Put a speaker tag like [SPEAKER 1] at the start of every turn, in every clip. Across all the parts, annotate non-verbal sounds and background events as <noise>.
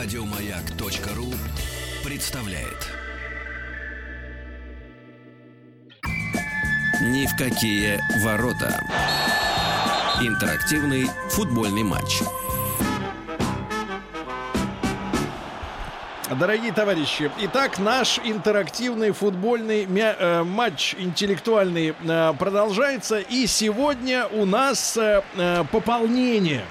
[SPEAKER 1] Радиомаяк.ру представляет. Ни в какие ворота. Интерактивный футбольный матч.
[SPEAKER 2] Дорогие товарищи, итак, наш интерактивный футбольный мя- э, матч интеллектуальный э, продолжается. И сегодня у нас э, э, пополнение.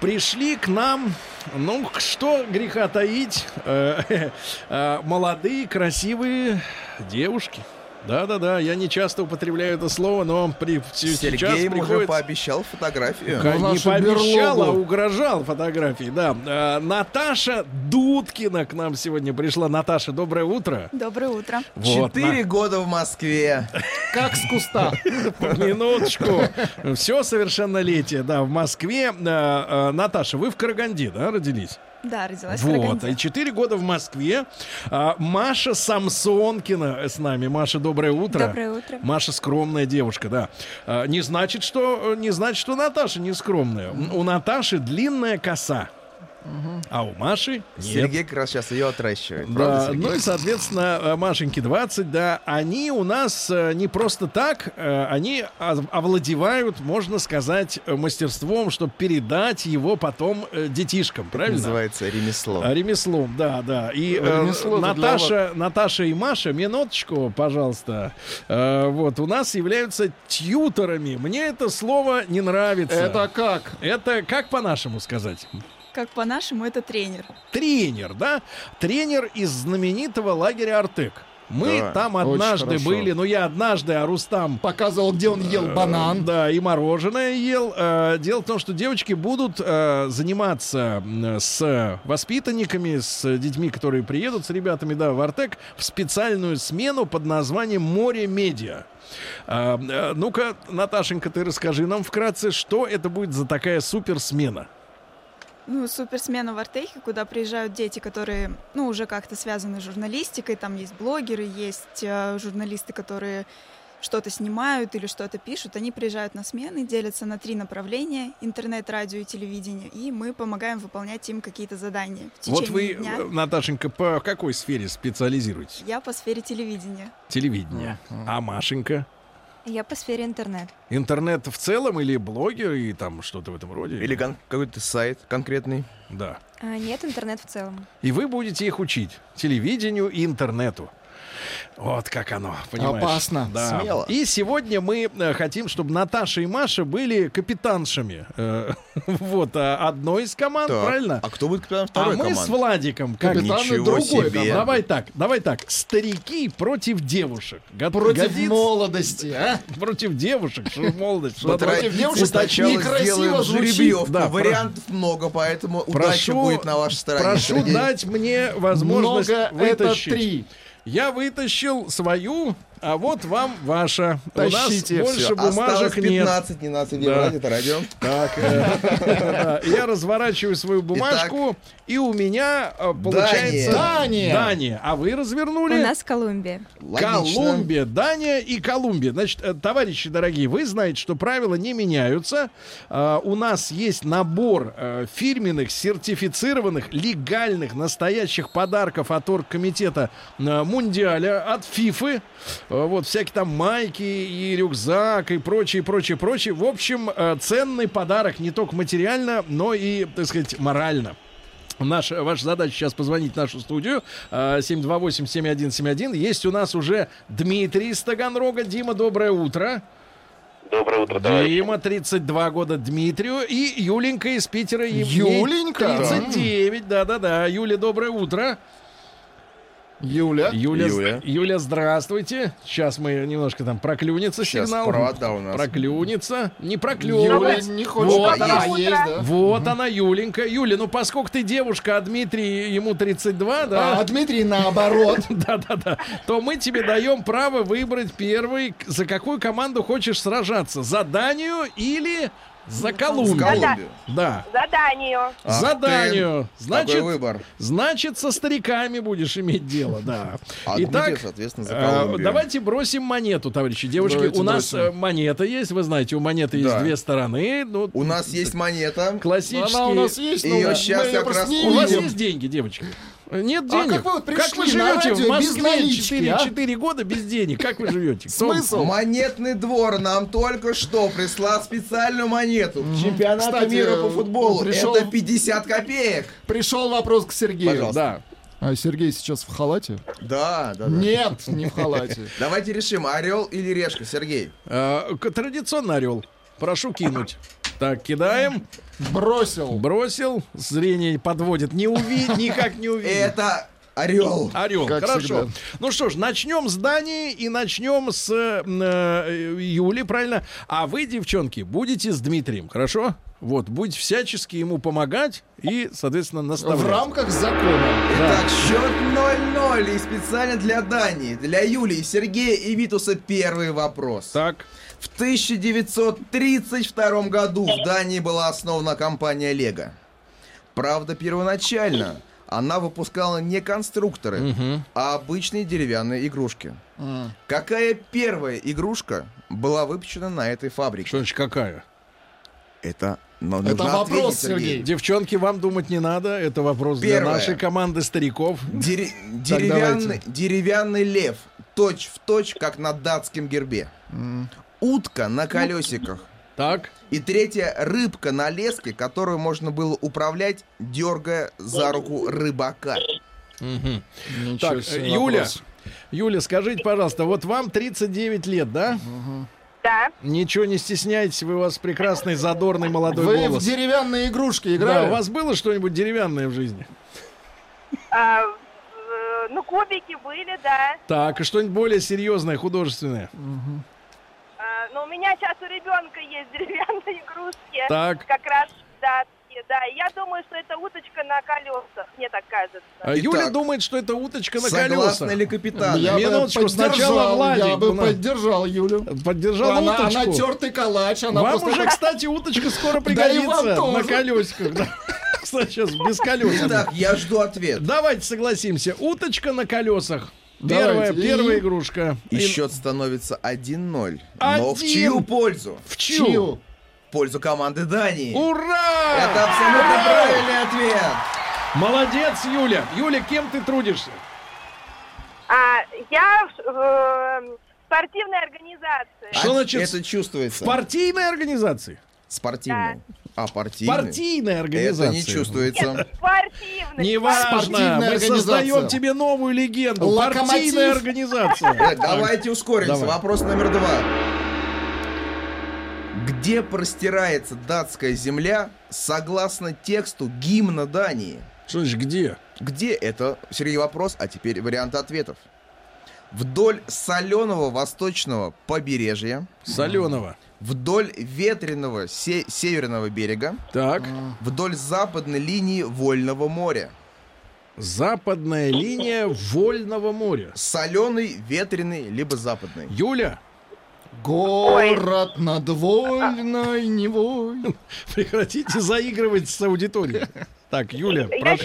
[SPEAKER 2] Пришли к нам, ну, что греха таить, э, <laughs> э, молодые, красивые девушки. Да-да-да, я не часто употребляю это слово, но при, сейчас
[SPEAKER 3] Сергей ему уже
[SPEAKER 2] приходится...
[SPEAKER 3] пообещал фотографию.
[SPEAKER 2] Ка- Не
[SPEAKER 4] нашу
[SPEAKER 2] пообещал, а
[SPEAKER 4] берлогу.
[SPEAKER 2] угрожал фотографии, да. Э, Наташа Дудкина к нам сегодня пришла. Наташа, доброе утро.
[SPEAKER 5] Доброе утро.
[SPEAKER 2] Вот,
[SPEAKER 3] Четыре года в Москве.
[SPEAKER 4] Как
[SPEAKER 2] <laughs>
[SPEAKER 4] с куста.
[SPEAKER 2] на- минуточку. Все совершеннолетие, да, в Москве. Э, э, Наташа, вы в Караганде, да, родились?
[SPEAKER 5] Да, родилась в
[SPEAKER 2] Вот, а
[SPEAKER 5] Караганде.
[SPEAKER 2] и 4 года в Москве. А, Маша Самсонкина с нами. Маша, доброе утро.
[SPEAKER 5] Доброе утро.
[SPEAKER 2] Маша скромная девушка, да. А, Не значит, что, не значит, что Наташа не скромная. У Наташи длинная коса. А у Маши нет.
[SPEAKER 3] Сергей как раз сейчас ее отращивает. Правда,
[SPEAKER 2] Да,
[SPEAKER 3] Сергей?
[SPEAKER 2] ну и, соответственно, э, Машеньке 20, да, они у нас э, не просто так, э, они о- овладевают, можно сказать, э, мастерством, чтобы передать его потом э, детишкам,
[SPEAKER 3] Это
[SPEAKER 2] правильно?
[SPEAKER 3] называется ремесло.
[SPEAKER 2] А, Ремеслом, да, да. И э,
[SPEAKER 4] Ремесло это для
[SPEAKER 2] Наташа, Наташа и Маша, минуточку, пожалуйста. Э, вот у нас являются тьюторами. Мне это слово не нравится.
[SPEAKER 4] Это как?
[SPEAKER 2] это как по-нашему сказать?
[SPEAKER 5] Как по-нашему, это тренер.
[SPEAKER 2] Тренер, да? Тренер из знаменитого лагеря Артек. Мы
[SPEAKER 3] Да,
[SPEAKER 2] там
[SPEAKER 4] очень
[SPEAKER 2] однажды
[SPEAKER 4] хорошо.
[SPEAKER 2] были, ну я однажды, а Рустам
[SPEAKER 4] Показывал, где он ел Э, банан.
[SPEAKER 2] Э, Да, и мороженое ел. Э, Дело в том, что девочки будут э, заниматься м, с воспитанниками, с детьми, которые приедут, с ребятами, да, в Артек, в специальную смену под названием «Море медиа». Э, э, Ну-ка, Наташенька, ты расскажи нам вкратце, что это будет за такая суперсмена?
[SPEAKER 5] Ну, суперсмена в Артехе, куда приезжают дети, которые, ну, уже как-то связаны с журналистикой. Там есть блогеры, есть э, журналисты, которые что-то снимают или что-то пишут. Они приезжают на смены, делятся на три направления — интернет, радио и телевидение. И мы помогаем выполнять им какие-то задания в течение
[SPEAKER 2] Вот вы,
[SPEAKER 5] дня.
[SPEAKER 2] э, Наташенька, по какой сфере специализируетесь?
[SPEAKER 5] Я по сфере телевидения.
[SPEAKER 2] Телевидение. А Машенька?
[SPEAKER 6] Я по сфере интернет.
[SPEAKER 2] Интернет в целом или блогер и там что-то в этом роде?
[SPEAKER 3] Или кон- какой-то сайт конкретный.
[SPEAKER 2] Да.
[SPEAKER 6] А, нет, интернет в целом.
[SPEAKER 2] И вы будете их учить телевидению и интернету. Вот как оно, понимаешь?
[SPEAKER 4] Опасно.
[SPEAKER 2] Да.
[SPEAKER 3] Смело.
[SPEAKER 2] И сегодня мы э, хотим, чтобы Наташа и Маша были капитаншами. э, <laughs> вот а, одной из команд,
[SPEAKER 3] Так,
[SPEAKER 2] правильно?
[SPEAKER 3] А кто будет
[SPEAKER 2] А
[SPEAKER 3] капитаном второй
[SPEAKER 2] мы с
[SPEAKER 3] команды?
[SPEAKER 2] Владиком как
[SPEAKER 4] Капитаны
[SPEAKER 3] Ничего
[SPEAKER 4] другой
[SPEAKER 3] себе.
[SPEAKER 4] команды.
[SPEAKER 2] Давай так, давай так. Старики против девушек. Го-
[SPEAKER 4] Против
[SPEAKER 2] годится?
[SPEAKER 4] молодости, а?
[SPEAKER 2] Против девушек, что молодость, что
[SPEAKER 3] Потра-
[SPEAKER 4] Против девушек
[SPEAKER 3] Сначала
[SPEAKER 4] некрасиво
[SPEAKER 3] сделаем
[SPEAKER 4] звучит.
[SPEAKER 3] жеребьевку.
[SPEAKER 2] Да,
[SPEAKER 3] Вариантов много, поэтому удача
[SPEAKER 2] Прошу,
[SPEAKER 3] будет на вашей стороне.
[SPEAKER 2] прошу
[SPEAKER 3] Сергей.
[SPEAKER 2] дать мне возможность
[SPEAKER 4] Много это
[SPEAKER 2] вытащить.
[SPEAKER 4] три.
[SPEAKER 2] Я вытащил свою, а вот вам ваша.
[SPEAKER 4] Тащите
[SPEAKER 2] У нас больше
[SPEAKER 3] Всё, осталось
[SPEAKER 2] бумажек нет.
[SPEAKER 3] 15, не надо выбирать, это радио.
[SPEAKER 2] Так, э, я разворачиваю свою бумажку, и у меня э, получается
[SPEAKER 4] Дания.
[SPEAKER 2] Дания. А вы развернули?
[SPEAKER 6] У нас Колумбия.
[SPEAKER 3] Логично.
[SPEAKER 2] Колумбия, Дания и Колумбия. Значит, э, товарищи дорогие, вы знаете, что правила не меняются. Э, У нас есть набор э, фирменных, сертифицированных, легальных, настоящих подарков от оргкомитета э, Мундиаля, от ФИФы. Э, Вот всякие там майки и рюкзак и прочее, прочее, прочее. В общем, э, ценный подарок не только материально, но и, так сказать, морально. Наша, ваша задача сейчас позвонить в нашу студию э, 728-7171. Есть у нас уже Дмитрий из Таганрога. Дима, доброе утро.
[SPEAKER 7] Доброе утро, товарищи.
[SPEAKER 2] Дима, 32 года Дмитрию. И Юленька из Питера. Ей
[SPEAKER 4] Юленька?
[SPEAKER 2] 39, да-да-да. Юля, доброе утро.
[SPEAKER 4] Юля.
[SPEAKER 2] Юля,
[SPEAKER 3] Юля.
[SPEAKER 2] Юля, здравствуйте. Сейчас мы немножко там проклюнется
[SPEAKER 3] Сейчас
[SPEAKER 2] сигнал.
[SPEAKER 3] провода у нас.
[SPEAKER 2] Проклюнется. Не
[SPEAKER 4] Юля
[SPEAKER 2] проклюнет.
[SPEAKER 4] не
[SPEAKER 2] Вот
[SPEAKER 4] хочет
[SPEAKER 2] она.
[SPEAKER 4] поесть, да?
[SPEAKER 2] Вот она, Юленька. Юля, ну поскольку ты девушка, а Дмитрий ему 32, да?
[SPEAKER 4] А, а Дмитрий
[SPEAKER 2] <laughs>
[SPEAKER 4] наоборот.
[SPEAKER 2] Да-да-да. То мы тебе даем право выбрать первый, к- за какую команду хочешь сражаться. За Данию или За
[SPEAKER 3] В
[SPEAKER 2] Колумбию.
[SPEAKER 3] Колумбию.
[SPEAKER 2] Да.
[SPEAKER 8] За Данию.
[SPEAKER 3] Ах
[SPEAKER 2] Заданию.
[SPEAKER 3] Такой
[SPEAKER 2] Значит,
[SPEAKER 3] выбор.
[SPEAKER 2] значит, со стариками будешь иметь дело, да.
[SPEAKER 3] А Дмитрий,
[SPEAKER 2] Итак,
[SPEAKER 3] соответственно, за
[SPEAKER 2] э,
[SPEAKER 3] Колумбию.
[SPEAKER 2] давайте бросим монету, товарищи. Девушки,
[SPEAKER 4] Давайте
[SPEAKER 2] у нас
[SPEAKER 4] бросим.
[SPEAKER 2] э, монета есть, вы знаете, у монеты есть
[SPEAKER 3] Да.
[SPEAKER 2] две стороны. Ну,
[SPEAKER 3] У нас есть монета.
[SPEAKER 2] классические...
[SPEAKER 4] Она у нас есть, но
[SPEAKER 3] Её
[SPEAKER 4] мы
[SPEAKER 3] щас
[SPEAKER 4] её
[SPEAKER 3] как
[SPEAKER 4] просто
[SPEAKER 3] раз
[SPEAKER 4] не
[SPEAKER 2] У вас
[SPEAKER 4] видим.
[SPEAKER 2] есть деньги, девочки? Нет
[SPEAKER 4] А
[SPEAKER 2] денег.
[SPEAKER 4] как вы вот пришли на
[SPEAKER 2] живете
[SPEAKER 4] радио
[SPEAKER 2] в
[SPEAKER 4] без
[SPEAKER 2] Москве
[SPEAKER 4] налички,
[SPEAKER 2] 4,
[SPEAKER 4] а?
[SPEAKER 2] года без денег? Как вы живете? Кто-
[SPEAKER 4] <laughs> Смысл?
[SPEAKER 3] Монетный двор нам только что прислал специальную монету. Чемпионат
[SPEAKER 4] Кстати,
[SPEAKER 3] мира по футболу.
[SPEAKER 4] пришел-
[SPEAKER 3] Это 50 копеек.
[SPEAKER 4] Пришел вопрос к Сергею.
[SPEAKER 3] Пожалуйста.
[SPEAKER 2] Да.
[SPEAKER 4] А Сергей сейчас в халате?
[SPEAKER 3] Да, да, да.
[SPEAKER 4] Нет, не в халате.
[SPEAKER 3] Давайте решим, орел или решка, Сергей.
[SPEAKER 2] Э, к- Традиционно орел. Прошу кинуть. Так, кидаем.
[SPEAKER 4] Бросил.
[SPEAKER 2] Бросил. Зрение подводит. Не увидит, никак не
[SPEAKER 4] <laughs>
[SPEAKER 2] увидит.
[SPEAKER 3] Это орел.
[SPEAKER 2] Орел,
[SPEAKER 4] Как
[SPEAKER 2] хорошо.
[SPEAKER 4] всегда.
[SPEAKER 2] Ну что ж, начнем с Дании и начнем с э, м, э, Юли, правильно? А вы, девчонки, будете с Дмитрием, хорошо? Вот, будете всячески ему помогать и, соответственно, наставлять.
[SPEAKER 4] В рамках закона.
[SPEAKER 3] Итак, счет 0-0. И специально для Дании, для Юлии, Сергея и Витуса первый вопрос.
[SPEAKER 2] Так.
[SPEAKER 3] В 1932 году в Дании была основана компания Лего. Правда, первоначально она выпускала не конструкторы, а обычные деревянные игрушки.
[SPEAKER 4] А,
[SPEAKER 3] Какая первая игрушка была выпущена на этой фабрике?
[SPEAKER 2] Что значит, какая?
[SPEAKER 3] Это, но нужно
[SPEAKER 4] вопрос,
[SPEAKER 3] ответить, Сергей.
[SPEAKER 4] Сергей.
[SPEAKER 2] Девчонки, вам думать не надо. Это вопрос для
[SPEAKER 3] Первое.
[SPEAKER 2] нашей команды стариков.
[SPEAKER 3] Дере- деревянный,
[SPEAKER 4] давайте.
[SPEAKER 3] деревянный лев, точь в точь, как на датском гербе. Утка на колесиках.
[SPEAKER 2] Так.
[SPEAKER 3] И третья рыбка на леске, которую можно было управлять, дергая за руку рыбака.
[SPEAKER 4] Ничего
[SPEAKER 2] Так,
[SPEAKER 4] себе
[SPEAKER 2] Юля,
[SPEAKER 4] вопрос.
[SPEAKER 2] Юля, скажите, пожалуйста, вот вам 39 лет, да?
[SPEAKER 8] Да.
[SPEAKER 2] Ничего не стесняйтесь, вы у вас прекрасный, задорный молодой
[SPEAKER 4] Вы в
[SPEAKER 2] голос.
[SPEAKER 4] деревянные игрушки
[SPEAKER 2] Да,
[SPEAKER 4] играли?
[SPEAKER 2] у вас было что-нибудь деревянное в жизни?
[SPEAKER 8] А, э, ну, кубики были, да.
[SPEAKER 2] Так, и что-нибудь более серьезное, художественное.
[SPEAKER 8] А, но у меня сейчас у ребенка есть <laughs> деревянные игрушки.
[SPEAKER 2] Так.
[SPEAKER 8] Как раз датские, да. И я думаю, что это уточка на колесах, мне так кажется.
[SPEAKER 2] А
[SPEAKER 3] Итак,
[SPEAKER 2] Юля думает, что это уточка на
[SPEAKER 3] Согласны
[SPEAKER 2] колесах.
[SPEAKER 3] ли капитан?
[SPEAKER 4] Ну, Я бы
[SPEAKER 2] Минуточку,
[SPEAKER 4] поддержал,
[SPEAKER 2] сначала Владик
[SPEAKER 4] Я бы
[SPEAKER 2] у нас.
[SPEAKER 4] поддержал Юлю.
[SPEAKER 2] Поддержала
[SPEAKER 4] Она,
[SPEAKER 2] уточку.
[SPEAKER 4] она тертый калач, она
[SPEAKER 2] Вам
[SPEAKER 4] просто...
[SPEAKER 2] уже, кстати, уточка скоро
[SPEAKER 4] Да и вам
[SPEAKER 2] пригодится на
[SPEAKER 4] тоже.
[SPEAKER 2] колесиках. да. <laughs> Кстати, сейчас без колес.
[SPEAKER 3] Итак, я жду ответ.
[SPEAKER 2] Давайте согласимся. Уточка на колесах. Первая,
[SPEAKER 4] Давайте.
[SPEAKER 2] первая
[SPEAKER 4] И-
[SPEAKER 2] игрушка.
[SPEAKER 3] И
[SPEAKER 2] И
[SPEAKER 3] счет становится 1-0. Но в чью
[SPEAKER 2] Один.
[SPEAKER 3] пользу?
[SPEAKER 2] в
[SPEAKER 4] Чью?
[SPEAKER 2] чью?
[SPEAKER 3] В пользу команды Дании.
[SPEAKER 2] Ура!
[SPEAKER 3] Это абсолютно правильный ответ.
[SPEAKER 2] Молодец, Юля. Юля, кем ты трудишься?
[SPEAKER 8] А, я в э, спортивной организации.
[SPEAKER 2] Что
[SPEAKER 3] А
[SPEAKER 2] значит
[SPEAKER 3] Это чувствуется.
[SPEAKER 2] В партийной организации.
[SPEAKER 3] Спортивный. А, партийный.
[SPEAKER 2] Партийная организация.
[SPEAKER 3] Это не чувствуется.
[SPEAKER 8] Спортивной.
[SPEAKER 2] Неважно,
[SPEAKER 4] Спортивная
[SPEAKER 2] мы
[SPEAKER 4] организация.
[SPEAKER 2] создаем тебе новую легенду.
[SPEAKER 4] Локомотив.
[SPEAKER 2] Партийная организация.
[SPEAKER 3] <laughs> Так, Давайте ускоримся.
[SPEAKER 2] Давай.
[SPEAKER 3] Вопрос номер два. Где простирается датская земля согласно тексту гимна Дании?
[SPEAKER 2] Что значит, где?
[SPEAKER 3] Где это? Сергей вопрос, а теперь варианты ответов. Вдоль соленого восточного побережья,
[SPEAKER 2] Соленого.
[SPEAKER 3] вдоль ветреного се- северного берега,
[SPEAKER 2] Так,
[SPEAKER 3] вдоль западной линии Вольного моря.
[SPEAKER 2] западная линия Вольного моря.
[SPEAKER 3] Соленый, ветреный, либо западный.
[SPEAKER 2] Юля,
[SPEAKER 4] Город над вольной невой.
[SPEAKER 2] прекратите заигрывать с аудиторией. Так, Юля,
[SPEAKER 8] Я,
[SPEAKER 2] прошу.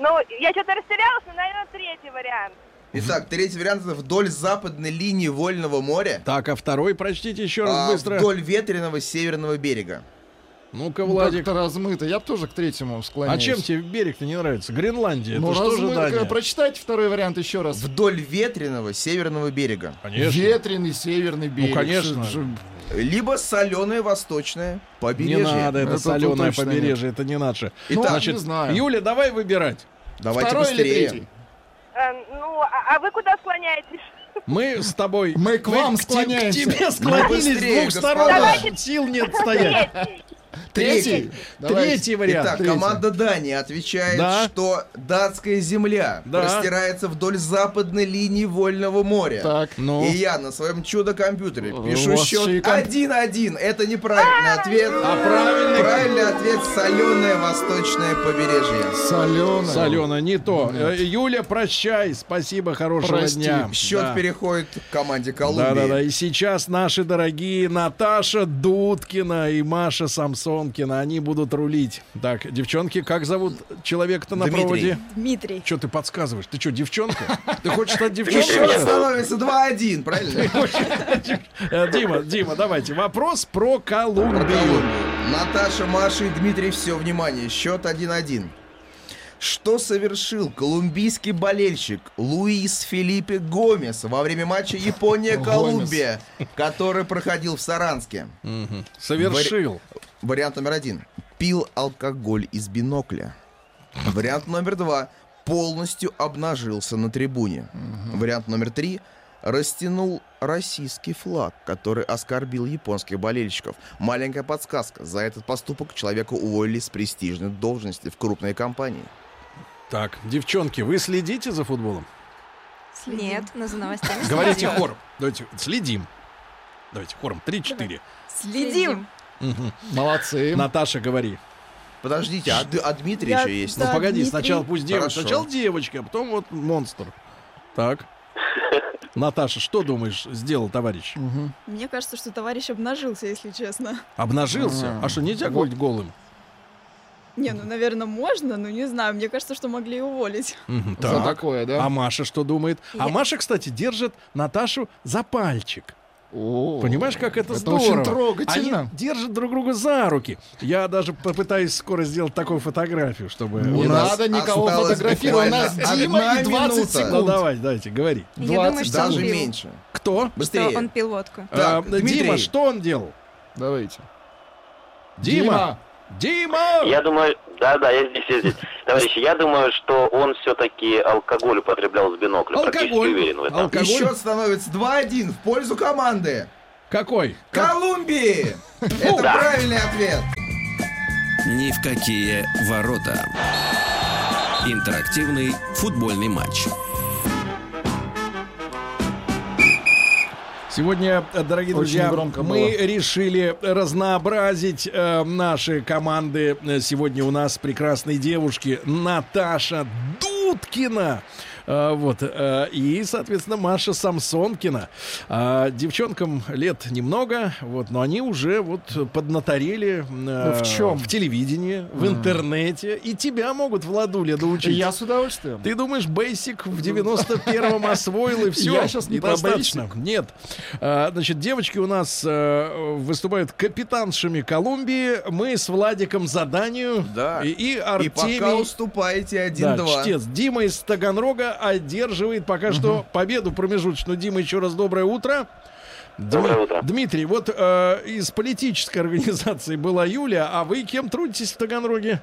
[SPEAKER 8] ну, я что-то растерялась, но, наверное, третий вариант.
[SPEAKER 3] Итак, третий вариант это вдоль западной линии Вольного моря.
[SPEAKER 2] Так, а второй прочтите еще
[SPEAKER 3] а,
[SPEAKER 2] раз быстро.
[SPEAKER 3] Вдоль ветреного северного берега.
[SPEAKER 2] Ну-ка, <laughs> Владик.
[SPEAKER 4] Как-то размыто. Я бы тоже к третьему
[SPEAKER 2] А
[SPEAKER 4] склоняюсь.
[SPEAKER 2] чем тебе берег-то не нравится? Гренландия,
[SPEAKER 4] Ну,
[SPEAKER 2] это что же
[SPEAKER 4] размы-
[SPEAKER 2] Дания?
[SPEAKER 4] Прочитайте второй вариант еще раз.
[SPEAKER 3] Вдоль ветреного северного берега.
[SPEAKER 2] Конечно. Ну,
[SPEAKER 4] Ветреный северный берег.
[SPEAKER 2] конечно.
[SPEAKER 4] Ж- ж-
[SPEAKER 3] Либо соленое восточное
[SPEAKER 2] Не
[SPEAKER 3] побережье.
[SPEAKER 2] надо, это,
[SPEAKER 4] Это
[SPEAKER 2] соленое
[SPEAKER 4] точно
[SPEAKER 2] побережье, это не наше.
[SPEAKER 3] Итак,
[SPEAKER 4] Ну,
[SPEAKER 2] Значит,
[SPEAKER 4] не знаю.
[SPEAKER 2] Юля, давай выбирать.
[SPEAKER 3] Давайте
[SPEAKER 4] Второй или
[SPEAKER 3] быстрее.
[SPEAKER 4] третий?
[SPEAKER 8] Э, ну, а, а вы куда склоняетесь?
[SPEAKER 2] Мы с тобой.
[SPEAKER 4] Мы к вам
[SPEAKER 2] те-
[SPEAKER 4] склоняемся.
[SPEAKER 2] К тебе склонились с
[SPEAKER 3] быстрее,
[SPEAKER 2] двух сторон.
[SPEAKER 3] господа.
[SPEAKER 2] Сил нет стоять.
[SPEAKER 4] Третий. Давайте.
[SPEAKER 2] Третий вариант.
[SPEAKER 3] Итак,
[SPEAKER 4] Третий.
[SPEAKER 3] команда Дании отвечает,
[SPEAKER 2] Да.
[SPEAKER 3] что датская земля
[SPEAKER 2] Да.
[SPEAKER 3] простирается вдоль западной линии Вольного моря.
[SPEAKER 4] Так.
[SPEAKER 2] Ну,
[SPEAKER 3] И я на своем чудо-компьютере
[SPEAKER 4] У
[SPEAKER 3] пишу
[SPEAKER 4] вас
[SPEAKER 3] счет
[SPEAKER 4] еще и комп-
[SPEAKER 3] 1-1. Это неправильный ответ.
[SPEAKER 2] А правильный-
[SPEAKER 3] Правильный ответ соленое восточное побережье.
[SPEAKER 4] Соленая.
[SPEAKER 2] Солено, не то. Э, Юля, прощай. Спасибо, хорошего
[SPEAKER 4] Прости.
[SPEAKER 2] дня.
[SPEAKER 3] Счет
[SPEAKER 2] Да.
[SPEAKER 3] переходит к команде Колумбии.
[SPEAKER 2] Да, да, да. И сейчас наши дорогие Наташа Дудкина и Маша Самсонкина, они будут рулить. Так, девчонки, как зовут человека-то на
[SPEAKER 3] Дмитрий.
[SPEAKER 2] проводе?
[SPEAKER 5] Дмитрий.
[SPEAKER 2] Что ты подсказываешь? Ты что, девчонка? Ты хочешь стать
[SPEAKER 3] Счет
[SPEAKER 2] девчонкой?
[SPEAKER 3] становится 2-1, правильно?
[SPEAKER 2] Э, Дима, Дима, давайте. Вопрос про Колумбию.
[SPEAKER 3] Колумбию. Наташа, Маша и Дмитрий, все, внимание, счет 1-1. Что совершил колумбийский болельщик Луис Филиппе Гомес во время матча Япония-Колумбия, который проходил в Саранске?
[SPEAKER 2] Совершил.
[SPEAKER 3] Вариант номер один. Пил алкоголь из бинокля. Вариант номер два. Полностью обнажился на трибуне. Вариант номер три. Растянул российский флаг, который оскорбил японских болельщиков. Маленькая подсказка. За этот поступок человека уволили с престижной должности в крупной компании.
[SPEAKER 2] Так, девчонки, вы следите за футболом?
[SPEAKER 5] Следим.
[SPEAKER 6] Нет, но за новостями.
[SPEAKER 2] Говорите
[SPEAKER 6] следим.
[SPEAKER 2] хором. Давайте следим. Давайте хором. Три-четыре.
[SPEAKER 5] Следим.
[SPEAKER 4] Молодцы.
[SPEAKER 2] Наташа, говори.
[SPEAKER 3] Подождите, а, Д- а Дмитрий
[SPEAKER 5] Я-
[SPEAKER 3] еще есть?
[SPEAKER 5] да.
[SPEAKER 2] Ну погоди,
[SPEAKER 5] Дмитрий.
[SPEAKER 2] сначала пусть девочка.
[SPEAKER 3] Хорошо.
[SPEAKER 2] Сначала девочка, а потом вот монстр. Так. Наташа, что думаешь, сделал товарищ?
[SPEAKER 4] Мгм.
[SPEAKER 5] Мне кажется, что товарищ обнажился, если честно.
[SPEAKER 2] Обнажился? А что, нельзя гулять голым?
[SPEAKER 5] Не, ну, наверное, можно, но не знаю. Мне кажется, что могли и уволить.
[SPEAKER 2] Мгм,
[SPEAKER 4] За
[SPEAKER 2] так.
[SPEAKER 4] такое, да?
[SPEAKER 2] А Маша что думает? А
[SPEAKER 6] Я-
[SPEAKER 2] Маша, кстати, держит Наташу за пальчик.
[SPEAKER 4] О,
[SPEAKER 2] Понимаешь, как это,
[SPEAKER 4] это
[SPEAKER 2] здорово?
[SPEAKER 4] очень трогательно.
[SPEAKER 2] Они держат друг друга за руки. Я даже попытаюсь скоро сделать такую фотографию, чтобы...
[SPEAKER 3] У
[SPEAKER 4] Не
[SPEAKER 3] нас
[SPEAKER 4] надо никого
[SPEAKER 3] осталось
[SPEAKER 4] фотографировать. У нас
[SPEAKER 3] буквально
[SPEAKER 4] Дима
[SPEAKER 3] одна
[SPEAKER 4] и 20
[SPEAKER 3] минута.
[SPEAKER 2] Ну
[SPEAKER 4] секунд.
[SPEAKER 2] давай, давайте, говори.
[SPEAKER 6] Я думаю,
[SPEAKER 4] 20,
[SPEAKER 6] что он
[SPEAKER 3] Даже
[SPEAKER 6] пил.
[SPEAKER 3] меньше. А.
[SPEAKER 2] Кто?
[SPEAKER 6] Что
[SPEAKER 3] Быстрее.
[SPEAKER 6] он пил водку.
[SPEAKER 3] Так,
[SPEAKER 2] Э,
[SPEAKER 3] Дмитрий.
[SPEAKER 2] Дима, что он делал?
[SPEAKER 4] Давайте.
[SPEAKER 2] Дима! Дима!
[SPEAKER 7] Я думаю, да, да, я здесь, я здесь. Товарищи, я думаю, что он все-таки алкоголь употреблял с бинокля. Практически
[SPEAKER 2] Алкоголь.
[SPEAKER 7] уверен в этом.
[SPEAKER 2] Алко-
[SPEAKER 3] И
[SPEAKER 2] Алкоголь?
[SPEAKER 3] счет становится 2-1 в пользу команды.
[SPEAKER 2] Какой?
[SPEAKER 3] Колумбии! Это
[SPEAKER 7] Да.
[SPEAKER 3] правильный ответ.
[SPEAKER 1] Ни в какие ворота. Интерактивный футбольный матч.
[SPEAKER 2] Сегодня, э, дорогие
[SPEAKER 4] Очень
[SPEAKER 2] друзья,
[SPEAKER 4] громко
[SPEAKER 2] мы
[SPEAKER 4] было.
[SPEAKER 2] решили разнообразить э, наши команды. Э, Сегодня у нас прекрасные девушки Наташа Дудкина. э, Вот. э, И, соответственно, Маша Самсонкина. А, Девчонкам лет немного, вот, но они уже вот поднаторели э,
[SPEAKER 4] Ну, в чем?
[SPEAKER 2] в телевидении, в интернете. И тебя могут, Владуля, доучить.
[SPEAKER 4] Я с удовольствием.
[SPEAKER 2] Ты думаешь, Basic в 91-м освоил и все?
[SPEAKER 4] Я щас не про
[SPEAKER 2] Недостаточно. Нет. А, Значит, девочки у нас э, выступают капитаншами Колумбии. Мы с Владиком заданию.
[SPEAKER 3] Да.
[SPEAKER 2] И, и
[SPEAKER 3] И пока
[SPEAKER 2] Артемий.
[SPEAKER 3] уступаете 1-2.
[SPEAKER 2] Да, чтец. Дима из Таганрога одерживает пока что победу промежуточную. Дима, еще раз доброе утро.
[SPEAKER 7] Доброе
[SPEAKER 2] Дми-
[SPEAKER 7] утро.
[SPEAKER 2] Дмитрий, вот э, из политической <laughs> организации была Юля, а вы кем трудитесь в Таганроге?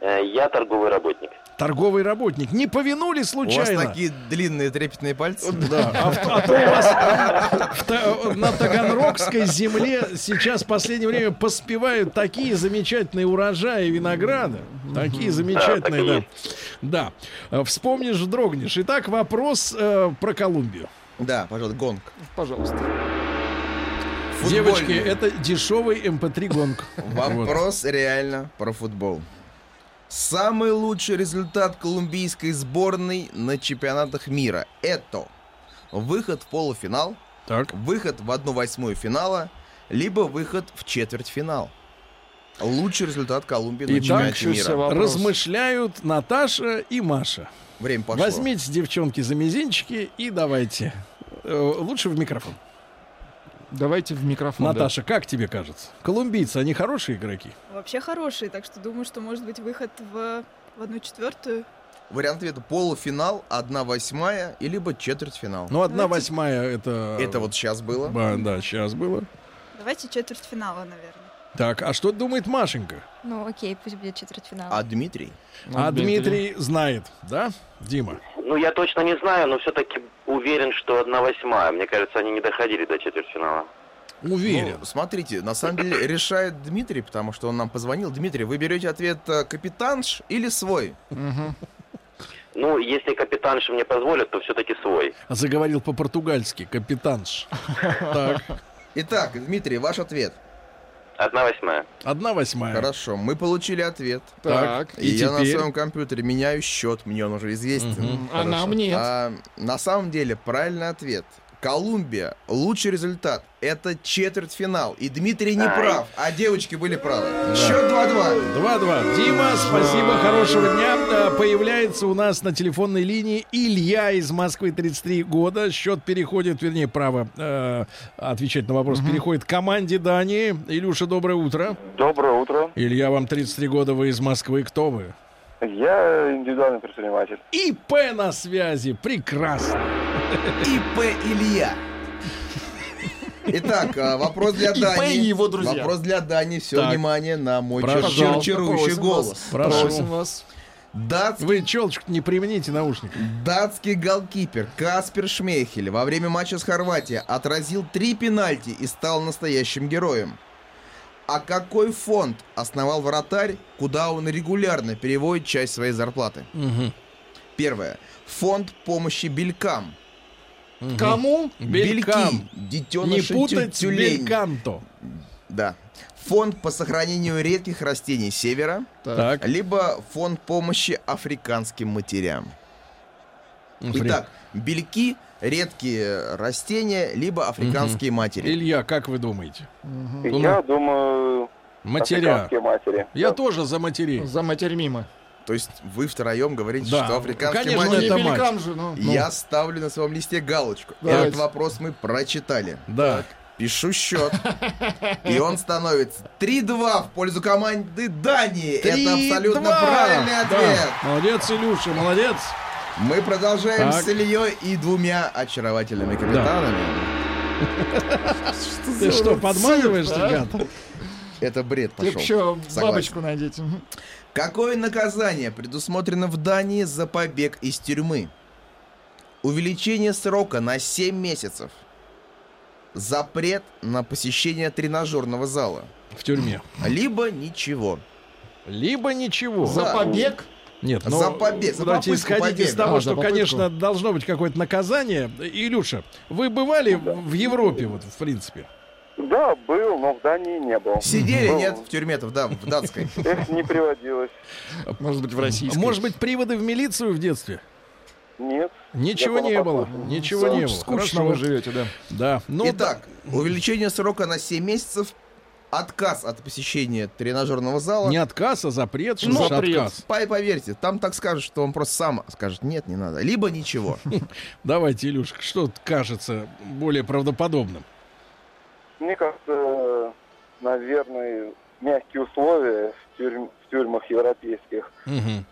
[SPEAKER 7] Э, Я торговый работник.
[SPEAKER 2] Торговый работник. Не повинули
[SPEAKER 3] У вас
[SPEAKER 2] случайно?
[SPEAKER 3] такие длинные трепетные пальцы.
[SPEAKER 2] <laughs> Да, а, в- а то у вас в Та- э, на Таганрогской земле сейчас в последнее время поспевают такие замечательные урожаи винограда. Такие
[SPEAKER 7] Да, так и
[SPEAKER 2] замечательные,
[SPEAKER 7] есть.
[SPEAKER 2] да. Да. Э, Вспомнишь, дрогнешь. Итак, вопрос э, про Колумбию.
[SPEAKER 3] <laughs> Да, пожалуйста, гонг.
[SPEAKER 4] Пожалуйста.
[SPEAKER 3] Футбольный.
[SPEAKER 2] Девочки, это дешевый эм МП3 гонг.
[SPEAKER 3] Вопрос реально про футбол. Самый лучший результат колумбийской сборной на чемпионатах мира – это выход в полуфинал,
[SPEAKER 2] Так.
[SPEAKER 3] выход в 1-8 финала, либо выход в четвертьфинал. Лучший результат Колумбии на
[SPEAKER 4] Итак,
[SPEAKER 3] чемпионате
[SPEAKER 4] еще
[SPEAKER 3] мира.
[SPEAKER 4] всего- Вопрос.
[SPEAKER 2] Размышляют Наташа и Маша.
[SPEAKER 3] Время пошло.
[SPEAKER 2] Возьмите, девчонки, за мизинчики и давайте. Э, Лучше в микрофон.
[SPEAKER 4] Давайте в микрофон. Ну да.
[SPEAKER 2] Наташа, как тебе кажется? Колумбийцы, они хорошие игроки?
[SPEAKER 5] Вообще хороший, так что думаю, что может быть выход в, в одну четвертую.
[SPEAKER 3] Вариант ответа – полуфинал, 1-8 и либо четвертьфинал.
[SPEAKER 2] Ну, одна
[SPEAKER 5] Давайте.
[SPEAKER 2] восьмая это...
[SPEAKER 3] Это вот сейчас было.
[SPEAKER 2] Да, сейчас было.
[SPEAKER 5] Давайте четвертьфинала, наверное.
[SPEAKER 2] Так, а что думает Машенька?
[SPEAKER 6] Ну окей, пусть будет четвертьфинал.
[SPEAKER 3] А Дмитрий?
[SPEAKER 4] Ну,
[SPEAKER 2] а Дмитрий знает, да, Дима?
[SPEAKER 7] Ну, я точно не знаю, но все-таки уверен, что одна восьмая. Мне кажется, они не доходили до четвертьфинала.
[SPEAKER 2] Уверен.
[SPEAKER 3] Ну, смотрите, на самом деле решает Дмитрий, потому что он нам позвонил. Дмитрий, вы берете ответ э, капитанш или свой?
[SPEAKER 7] Ну, если капитанша мне позволит, то все-таки свой.
[SPEAKER 2] Заговорил по-португальски, капитанш. Так,
[SPEAKER 3] Итак, Дмитрий, ваш ответ.
[SPEAKER 7] Одна восьмая.
[SPEAKER 2] одна восьмая.
[SPEAKER 3] Хорошо, мы получили ответ.
[SPEAKER 4] Так.
[SPEAKER 2] И
[SPEAKER 3] И я на
[SPEAKER 2] теперь?
[SPEAKER 3] своем компьютере меняю счет, мне он уже известен.
[SPEAKER 4] Мгм. А нам нет.
[SPEAKER 3] А, на самом деле, правильный ответ. Колумбия, лучший результат. Это четвертьфинал. И Дмитрий не
[SPEAKER 7] Ай.
[SPEAKER 3] прав, а девочки были правы. Счет 2-2.
[SPEAKER 2] 2-2. Дима, спасибо, хорошего дня. Да, Появляется у нас на телефонной линии Илья из Москвы, 33 года. Счет переходит, вернее, право э, отвечать на вопрос переходит к команде Дании. Илюша, доброе утро.
[SPEAKER 9] Доброе утро.
[SPEAKER 2] Илья, вам 33 года, вы из Москвы. Кто вы?
[SPEAKER 9] Я индивидуальный предприниматель.
[SPEAKER 2] ИП на связи. Прекрасно.
[SPEAKER 3] ИП Илья. Итак, а, вопрос для
[SPEAKER 4] ИП и
[SPEAKER 3] Дани.
[SPEAKER 4] его друзья.
[SPEAKER 3] Вопрос для Дани. Все
[SPEAKER 2] Так.
[SPEAKER 3] внимание на мой
[SPEAKER 2] Прошу.
[SPEAKER 3] чер- чарующий
[SPEAKER 4] Просим
[SPEAKER 3] голос.
[SPEAKER 4] вас.
[SPEAKER 2] Прошу.
[SPEAKER 4] Просим вас.
[SPEAKER 3] Дац-
[SPEAKER 2] Вы челочку не примените наушник.
[SPEAKER 3] Датский голкипер Каспер Шмейхель во время матча с Хорватией отразил три пенальти и стал настоящим героем. А какой фонд основал вратарь, куда он регулярно переводит часть своей зарплаты?
[SPEAKER 2] Мгм.
[SPEAKER 3] Первое. Фонд помощи белькам.
[SPEAKER 2] Мгм.
[SPEAKER 4] Кому?
[SPEAKER 2] Белькам.
[SPEAKER 3] Бельки.
[SPEAKER 2] Не
[SPEAKER 3] Детеныши
[SPEAKER 2] путать с
[SPEAKER 3] тюлень.
[SPEAKER 2] бельканто.
[SPEAKER 3] Да. Фонд по сохранению редких растений севера,
[SPEAKER 2] Так.
[SPEAKER 3] либо фонд помощи африканским матерям.
[SPEAKER 2] Ну,
[SPEAKER 3] Итак, бельки, редкие растения, либо африканские матери.
[SPEAKER 2] Илья, как вы думаете?
[SPEAKER 9] Я думаю,
[SPEAKER 2] Матеря.
[SPEAKER 9] африканские матери.
[SPEAKER 2] Я
[SPEAKER 9] Да.
[SPEAKER 2] тоже за матерей.
[SPEAKER 4] За матерь мимо.
[SPEAKER 3] То есть вы втроем говорите,
[SPEAKER 2] Да.
[SPEAKER 3] что африканские
[SPEAKER 2] Конечно,
[SPEAKER 4] Ну, не
[SPEAKER 3] матери...
[SPEAKER 2] это ну. мать.
[SPEAKER 4] великан же, но...
[SPEAKER 3] Я ставлю на своем листе галочку.
[SPEAKER 4] Давайте.
[SPEAKER 3] Этот вопрос мы прочитали.
[SPEAKER 2] Да.
[SPEAKER 3] Пишу счет. И он становится 3-2 в пользу команды Дании. Это
[SPEAKER 2] 3-2.
[SPEAKER 3] абсолютно правильный
[SPEAKER 2] Да.
[SPEAKER 3] ответ.
[SPEAKER 2] Молодец, Илюша, молодец.
[SPEAKER 3] Мы продолжаем
[SPEAKER 2] Так.
[SPEAKER 3] с Ильей и двумя очаровательными капитанами.
[SPEAKER 2] Ты что, подманиваешь,
[SPEAKER 4] а?
[SPEAKER 2] ребят?
[SPEAKER 3] Это бред
[SPEAKER 4] Ты
[SPEAKER 3] пошел.
[SPEAKER 4] б еще
[SPEAKER 3] Согласен.
[SPEAKER 4] бабочку надеть. Мгм.
[SPEAKER 3] Какое наказание предусмотрено в Дании за побег из тюрьмы? Увеличение срока на 7 месяцев. Запрет на посещение тренажерного зала.
[SPEAKER 2] В тюрьме.
[SPEAKER 3] Либо ничего.
[SPEAKER 2] Либо ничего.
[SPEAKER 4] За
[SPEAKER 3] Да.
[SPEAKER 4] побег?
[SPEAKER 2] Нет,
[SPEAKER 3] За
[SPEAKER 2] но
[SPEAKER 3] побе- за
[SPEAKER 2] давайте
[SPEAKER 3] попытку
[SPEAKER 2] исходить из
[SPEAKER 3] побега.
[SPEAKER 2] того,
[SPEAKER 4] А, за
[SPEAKER 2] что,
[SPEAKER 4] попытку.
[SPEAKER 2] конечно, должно быть какое-то наказание. Илюша, вы бывали в Европе, вот, в принципе?
[SPEAKER 9] Да, был, но в Дании не был.
[SPEAKER 3] Сидели,
[SPEAKER 9] Был.
[SPEAKER 3] нет, в тюрьме то да, в датской.
[SPEAKER 9] Эх, не приводилось.
[SPEAKER 4] Может быть, в российской.
[SPEAKER 2] Может быть, приводы в милицию в детстве?
[SPEAKER 9] Нет.
[SPEAKER 2] Ничего
[SPEAKER 9] Такого
[SPEAKER 2] не было.
[SPEAKER 9] такого.
[SPEAKER 2] Ничего не было.
[SPEAKER 4] Скучно
[SPEAKER 2] Хорошо.
[SPEAKER 4] вы живете, да.
[SPEAKER 2] Да. <laughs> Ну,
[SPEAKER 3] Итак, увеличение срока на 7 месяцев, отказ от посещения тренажерного зала.
[SPEAKER 2] Не отказ, а запрет. Что
[SPEAKER 4] Ну,
[SPEAKER 2] значит
[SPEAKER 4] запрет.
[SPEAKER 2] отказ?
[SPEAKER 3] Пай, поверьте, там так скажут, что он просто сам скажет, нет, не надо. Либо
[SPEAKER 4] <laughs>
[SPEAKER 3] ничего.
[SPEAKER 2] Давайте, Илюшка, что кажется более правдоподобным?
[SPEAKER 9] Мне кажется, наверное, мягкие условия в, тюрьм- в тюрьмах европейских.
[SPEAKER 2] Мгм.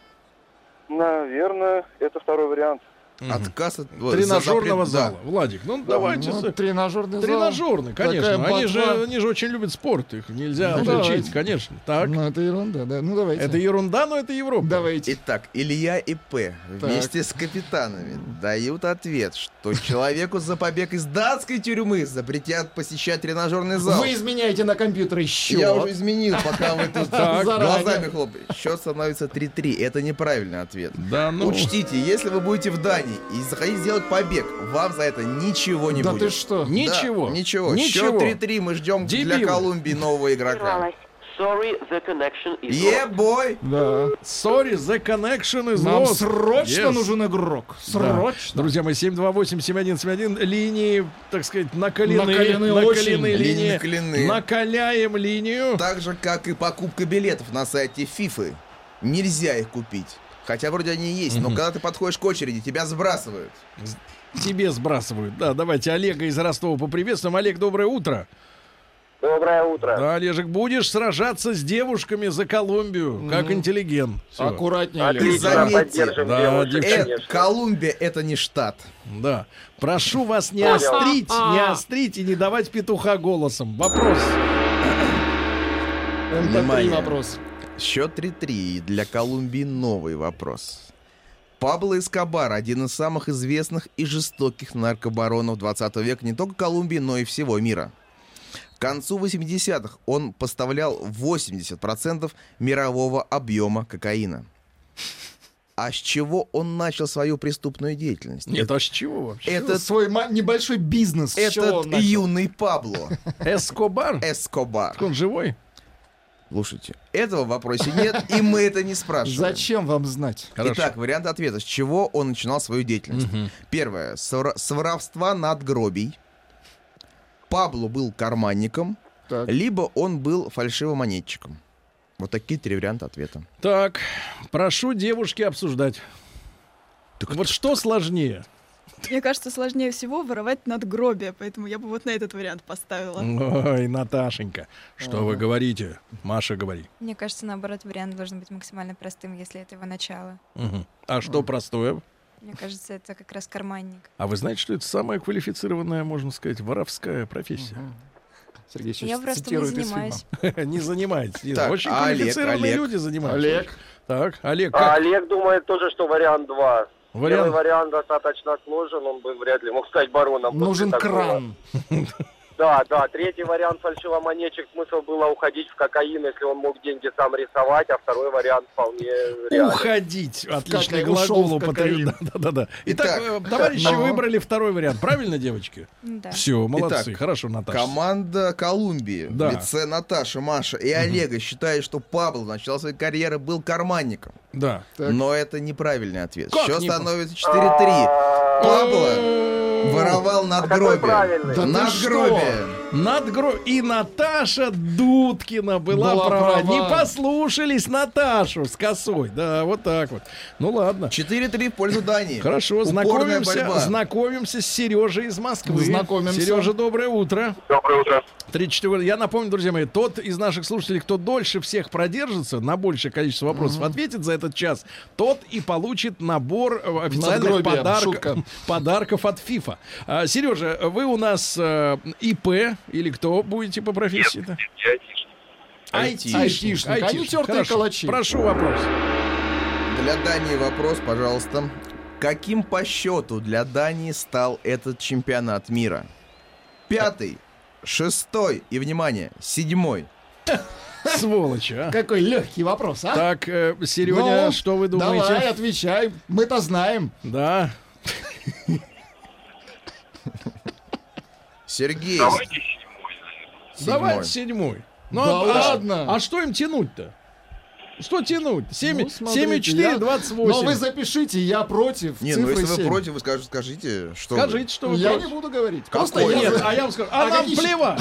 [SPEAKER 9] Наверное, это второй вариант.
[SPEAKER 2] Мгм.
[SPEAKER 3] Отказ от ой, за
[SPEAKER 2] Тренажерного
[SPEAKER 3] запрет- да.
[SPEAKER 2] зала. Владик, ну давайте.
[SPEAKER 4] Ну,
[SPEAKER 2] с-
[SPEAKER 4] тренажерный зал.
[SPEAKER 2] Тренажерный, конечно.
[SPEAKER 4] Такая
[SPEAKER 2] Они же,
[SPEAKER 4] ботва.
[SPEAKER 2] они же очень любят спорт, их нельзя
[SPEAKER 4] Ну,
[SPEAKER 2] отключить,
[SPEAKER 4] давайте.
[SPEAKER 2] конечно. Так.
[SPEAKER 4] Ну, это ерунда, да. Ну, давайте.
[SPEAKER 2] Это ерунда, но это Европа.
[SPEAKER 4] Давайте.
[SPEAKER 3] Итак, Илья и П вместе с капитанами дают ответ, что человеку за побег из датской тюрьмы запретят посещать тренажерный зал.
[SPEAKER 4] Вы изменяете на компьютере счет.
[SPEAKER 3] Я уже изменил, пока вы тут
[SPEAKER 4] <laughs> Так.
[SPEAKER 3] глазами
[SPEAKER 4] Заранее.
[SPEAKER 3] хлопаете. Счет становится 3-3. Это неправильный ответ.
[SPEAKER 2] Да, ну.
[SPEAKER 3] Учтите, если вы будете в Дании и захотите сделать побег, вам за это ничего не
[SPEAKER 4] да
[SPEAKER 3] будет.
[SPEAKER 4] ты что?
[SPEAKER 3] Да,
[SPEAKER 2] Ничего.
[SPEAKER 3] ничего.
[SPEAKER 2] Ничего.
[SPEAKER 3] Счет 3-3. Мы ждем
[SPEAKER 2] Дебилы.
[SPEAKER 3] для Колумбии нового игрока.
[SPEAKER 7] Sorry, the connection is
[SPEAKER 3] Е-бой!
[SPEAKER 4] Да.
[SPEAKER 2] Sorry, the connection is
[SPEAKER 4] Нам
[SPEAKER 2] lost.
[SPEAKER 4] срочно
[SPEAKER 2] Yes.
[SPEAKER 4] нужен игрок.
[SPEAKER 2] Да.
[SPEAKER 4] Срочно.
[SPEAKER 2] Друзья мои, 728-7171, линии, так сказать, накалены.
[SPEAKER 4] Накалены очень.
[SPEAKER 3] Линии
[SPEAKER 2] линии.
[SPEAKER 3] накалены.
[SPEAKER 2] Накаляем линию.
[SPEAKER 3] Так же, как и покупка билетов на сайте Фифы. Нельзя их купить. Хотя вроде они и есть, но когда ты подходишь к очереди, тебя сбрасывают.
[SPEAKER 2] Тебе сбрасывают. Да, давайте Олега из Ростова поприветствуем. Олег, доброе утро.
[SPEAKER 9] Доброе утро.
[SPEAKER 2] Да, Олежек, будешь сражаться с девушками за Колумбию, как интеллигент. Всё.
[SPEAKER 4] Аккуратнее,
[SPEAKER 3] ты
[SPEAKER 4] Олег.
[SPEAKER 3] за- заметьте.
[SPEAKER 9] поддержим
[SPEAKER 2] Да,
[SPEAKER 9] девушек,
[SPEAKER 2] девчонки.
[SPEAKER 3] Э,
[SPEAKER 9] конечно.
[SPEAKER 3] Колумбия это не штат.
[SPEAKER 2] Да. Прошу вас не
[SPEAKER 9] Понял.
[SPEAKER 2] острить, не острить и не давать петуха голосом. Вопрос.
[SPEAKER 4] МТ-3
[SPEAKER 3] Внимание.
[SPEAKER 4] вопрос.
[SPEAKER 3] Счет 3-3. И Для Колумбии новый вопрос. Пабло Эскобар – один из самых известных и жестоких наркобаронов 20 века не только Колумбии, но и всего мира. К концу 80-х он поставлял 80% мирового объема кокаина. А с чего он начал свою преступную деятельность?
[SPEAKER 2] Нет, а с чего вообще?
[SPEAKER 3] Этот,
[SPEAKER 4] свой ма- небольшой бизнес. с чего
[SPEAKER 3] этот
[SPEAKER 4] он начал?
[SPEAKER 3] юный Пабло
[SPEAKER 2] Эскобар?
[SPEAKER 4] <laughs>
[SPEAKER 3] Эскобар.
[SPEAKER 2] Он живой?
[SPEAKER 3] Слушайте, этого в вопросе нет, и мы это не спрашиваем.
[SPEAKER 4] Зачем вам знать?
[SPEAKER 3] Итак, варианты ответа. С чего он начинал свою деятельность? Первое. С вор- с воровства надгробий. Пабло был карманником,
[SPEAKER 4] Так.
[SPEAKER 3] либо он был фальшивомонетчиком. Вот такие три варианта ответа.
[SPEAKER 2] Так, прошу девушки обсуждать. вот что сложнее?
[SPEAKER 5] Мне кажется, сложнее всего воровать надгробие, поэтому я бы вот на этот вариант поставила.
[SPEAKER 2] Ой, Наташенька, что вы говорите? Маша, говори.
[SPEAKER 6] Мне кажется, наоборот, вариант должен быть максимально простым, если это его начало.
[SPEAKER 2] Мгм. А что простое?
[SPEAKER 6] Мне кажется, это как раз карманник.
[SPEAKER 2] А вы знаете, что это самая квалифицированная, можно сказать, воровская профессия?
[SPEAKER 4] Сергей
[SPEAKER 6] я
[SPEAKER 4] сейчас
[SPEAKER 6] просто не
[SPEAKER 4] цитирует из фильма.
[SPEAKER 6] занимаюсь.
[SPEAKER 2] <laughs> Не занимайтесь. не
[SPEAKER 3] Так,
[SPEAKER 2] знаю. Очень
[SPEAKER 3] а Олег,
[SPEAKER 2] квалифицированные
[SPEAKER 3] Олег?
[SPEAKER 2] люди занимаются.
[SPEAKER 4] Олег.
[SPEAKER 2] Так, Олег,
[SPEAKER 9] А
[SPEAKER 2] как?
[SPEAKER 9] Олег думает тоже, что вариант 2. Первый
[SPEAKER 2] Вариант?
[SPEAKER 9] вариант достаточно сложен, он бы вряд ли мог стать бароном. после
[SPEAKER 4] Нужен
[SPEAKER 9] такого.
[SPEAKER 4] кран.
[SPEAKER 9] Да, да. Третий вариант фальшивомонетчик. Смысл было уходить в кокаин, если он мог деньги сам рисовать, а второй вариант вполне реален.
[SPEAKER 2] Уходить. Отличный
[SPEAKER 4] Какая- ушел
[SPEAKER 2] глагол
[SPEAKER 4] в
[SPEAKER 2] употребил. <laughs> Да, да, да. Итак, э, товарищи
[SPEAKER 4] но-
[SPEAKER 2] выбрали второй вариант. Правильно, девочки?
[SPEAKER 3] а?
[SPEAKER 6] М, Да.
[SPEAKER 2] Все, молодцы.
[SPEAKER 3] Итак,
[SPEAKER 2] Хорошо, Наташа.
[SPEAKER 3] Команда Колумбии
[SPEAKER 2] Да.
[SPEAKER 3] в лице Наташи, Маша и Олега считает, что Пабло в начале своей карьеры был карманником.
[SPEAKER 2] Да.
[SPEAKER 4] Так.
[SPEAKER 3] Но это неправильный ответ.
[SPEAKER 2] Как
[SPEAKER 3] Счет
[SPEAKER 2] не-
[SPEAKER 3] становится 4-3.
[SPEAKER 9] А,
[SPEAKER 3] Пабло воровал
[SPEAKER 9] Какой
[SPEAKER 3] надгробие.
[SPEAKER 9] правильный?
[SPEAKER 4] А. Да ты
[SPEAKER 3] Надгробие.
[SPEAKER 2] Надгро... И Наташа Дудкина была,
[SPEAKER 4] Была
[SPEAKER 2] права.
[SPEAKER 4] права.
[SPEAKER 2] Не послушались Наташу с косой. Да, вот так вот. Ну ладно.
[SPEAKER 3] 4-3 в пользу Дании.
[SPEAKER 2] Хорошо,
[SPEAKER 3] Упорная
[SPEAKER 2] знакомимся,
[SPEAKER 3] борьба.
[SPEAKER 2] знакомимся с Сережей из Москвы.
[SPEAKER 4] Знакомимся.
[SPEAKER 2] Сережа, доброе утро.
[SPEAKER 9] Доброе утро.
[SPEAKER 2] 34. Я напомню, друзья мои, тот из наших слушателей, кто дольше всех продержится, на большее количество вопросов ответит за этот час, тот и получит набор э, официальных
[SPEAKER 4] Надгробие,
[SPEAKER 2] подарков,
[SPEAKER 4] шутка.
[SPEAKER 2] подарков от FIFA. А, Сережа, вы у нас э, ИП или кто будете по профессии-то?
[SPEAKER 3] Айтишник.
[SPEAKER 4] Айтишник. Они тёртые
[SPEAKER 2] Хорошо.
[SPEAKER 4] калачи.
[SPEAKER 2] Прошу вопрос.
[SPEAKER 3] Для Дании вопрос, пожалуйста. Каким по счету для Дании стал этот чемпионат мира? Пятый, шестой и, внимание, седьмой.
[SPEAKER 2] Сволочь, а.
[SPEAKER 4] Какой легкий вопрос, а?
[SPEAKER 2] Так, э, Серёня,
[SPEAKER 4] Ну,
[SPEAKER 2] что вы думаете?
[SPEAKER 4] Давай, отвечай. Мы-то знаем.
[SPEAKER 2] Да.
[SPEAKER 3] Сергей. Седьмой.
[SPEAKER 2] Давай седьмой. Ну
[SPEAKER 4] Да
[SPEAKER 2] а,
[SPEAKER 4] ладно?
[SPEAKER 2] А, что им тянуть-то? Что тянуть? 7,
[SPEAKER 4] Ну, смотрите,
[SPEAKER 2] 4,
[SPEAKER 4] я-
[SPEAKER 2] 28.
[SPEAKER 4] Но вы запишите, я против.
[SPEAKER 3] Не, ну
[SPEAKER 4] цифры
[SPEAKER 3] если вы
[SPEAKER 4] семь.
[SPEAKER 3] против, вы скажете, скажите, что
[SPEAKER 2] Скажите, что вы
[SPEAKER 4] Я
[SPEAKER 2] против.
[SPEAKER 4] не буду говорить.
[SPEAKER 3] Какой?
[SPEAKER 4] Просто я-
[SPEAKER 2] Нет, а я вам скажу, а,
[SPEAKER 4] А
[SPEAKER 2] нам
[SPEAKER 4] какие еще- <laughs>
[SPEAKER 2] плевать.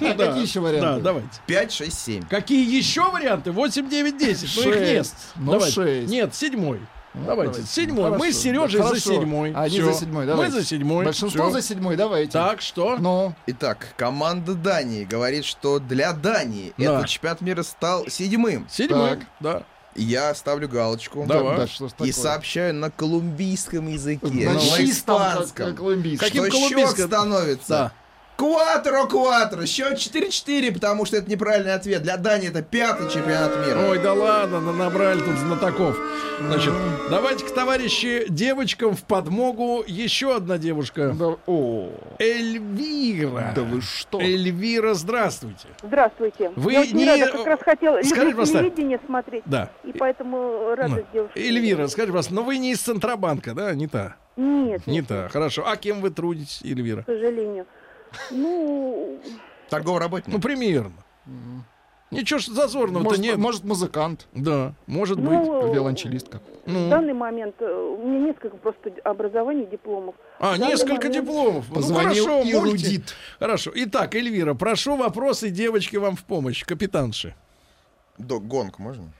[SPEAKER 2] Ну да.
[SPEAKER 4] какие еще
[SPEAKER 2] Да,
[SPEAKER 4] варианты?
[SPEAKER 2] давайте.
[SPEAKER 3] 5, 6, 7.
[SPEAKER 2] Какие еще варианты? 8, 9, 10. Ну их нет.
[SPEAKER 4] Шесть. Ну,
[SPEAKER 2] Давайте.
[SPEAKER 4] шесть. Ну,
[SPEAKER 2] Нет, седьмой. Давайте.
[SPEAKER 4] давайте.
[SPEAKER 2] Седьмой. Мы с
[SPEAKER 4] Хорошо.
[SPEAKER 2] Сережей за
[SPEAKER 4] Хорошо.
[SPEAKER 2] седьмой.
[SPEAKER 4] Они
[SPEAKER 2] Всё.
[SPEAKER 4] за седьмой,
[SPEAKER 2] Мы
[SPEAKER 4] давайте.
[SPEAKER 2] за седьмой.
[SPEAKER 4] Большинство
[SPEAKER 2] Всё.
[SPEAKER 4] за седьмой, давайте.
[SPEAKER 2] Так, что?
[SPEAKER 4] Ну,
[SPEAKER 3] Итак, команда Дании говорит, что для Дании
[SPEAKER 2] Да.
[SPEAKER 3] этот чемпионат мира стал седьмым.
[SPEAKER 2] Седьмой,
[SPEAKER 4] Так.
[SPEAKER 2] да.
[SPEAKER 3] Я ставлю галочку.
[SPEAKER 2] Да. Давай.
[SPEAKER 4] да, да, что ж такое?
[SPEAKER 3] И сообщаю на колумбийском языке.
[SPEAKER 4] На
[SPEAKER 3] на
[SPEAKER 4] чистом, как-
[SPEAKER 3] испанском.
[SPEAKER 4] как колумбийском.
[SPEAKER 2] Каким
[SPEAKER 3] Что
[SPEAKER 2] колумбийском?
[SPEAKER 3] счет становится?
[SPEAKER 2] Да.
[SPEAKER 3] Кватро, кватро, счет 4-4, потому что это неправильный ответ. Для Дании это пятый чемпионат мира.
[SPEAKER 2] Ой, да ладно, на- набрали тут знатоков. Значит, давайте-ка, товарищи, девочкам в подмогу еще одна девушка.
[SPEAKER 4] Да, о,
[SPEAKER 2] Эльвира.
[SPEAKER 4] да вы что?
[SPEAKER 2] Эльвира, здравствуйте.
[SPEAKER 8] Здравствуйте.
[SPEAKER 2] Вы
[SPEAKER 8] я вот не,
[SPEAKER 2] не-
[SPEAKER 8] рада, как раз хотела
[SPEAKER 2] Скажите,
[SPEAKER 8] люблю
[SPEAKER 2] просто-
[SPEAKER 8] телевидение смотреть.
[SPEAKER 2] Да.
[SPEAKER 8] И поэтому рада
[SPEAKER 2] Ну,
[SPEAKER 8] девушке.
[SPEAKER 2] Эльвира, скажите, вас, но вы не из Центробанка, да? Не та.
[SPEAKER 8] Нет,
[SPEAKER 2] Не та. Хорошо. А кем вы трудитесь, Эльвира?
[SPEAKER 8] к сожалению. Ну,
[SPEAKER 3] Торговый
[SPEAKER 2] Ну,
[SPEAKER 3] работник.
[SPEAKER 2] примерно. Ничего ж зазорного-то
[SPEAKER 4] Может,
[SPEAKER 2] нет.
[SPEAKER 4] может, музыкант,
[SPEAKER 2] Да, может быть.
[SPEAKER 8] ну,
[SPEAKER 4] виолончелистка.
[SPEAKER 8] в
[SPEAKER 2] Ну.
[SPEAKER 8] данный момент э, у меня несколько просто д- образований, дипломов.
[SPEAKER 2] А,
[SPEAKER 8] в данный
[SPEAKER 2] несколько
[SPEAKER 8] момент-
[SPEAKER 2] дипломов.
[SPEAKER 4] Позвонил
[SPEAKER 2] ну, хорошо, можете.
[SPEAKER 4] эрудит.
[SPEAKER 2] Хорошо. Итак, Эльвира, прошу вопросы девочки вам в помощь, капитанши.
[SPEAKER 3] До гонг можно?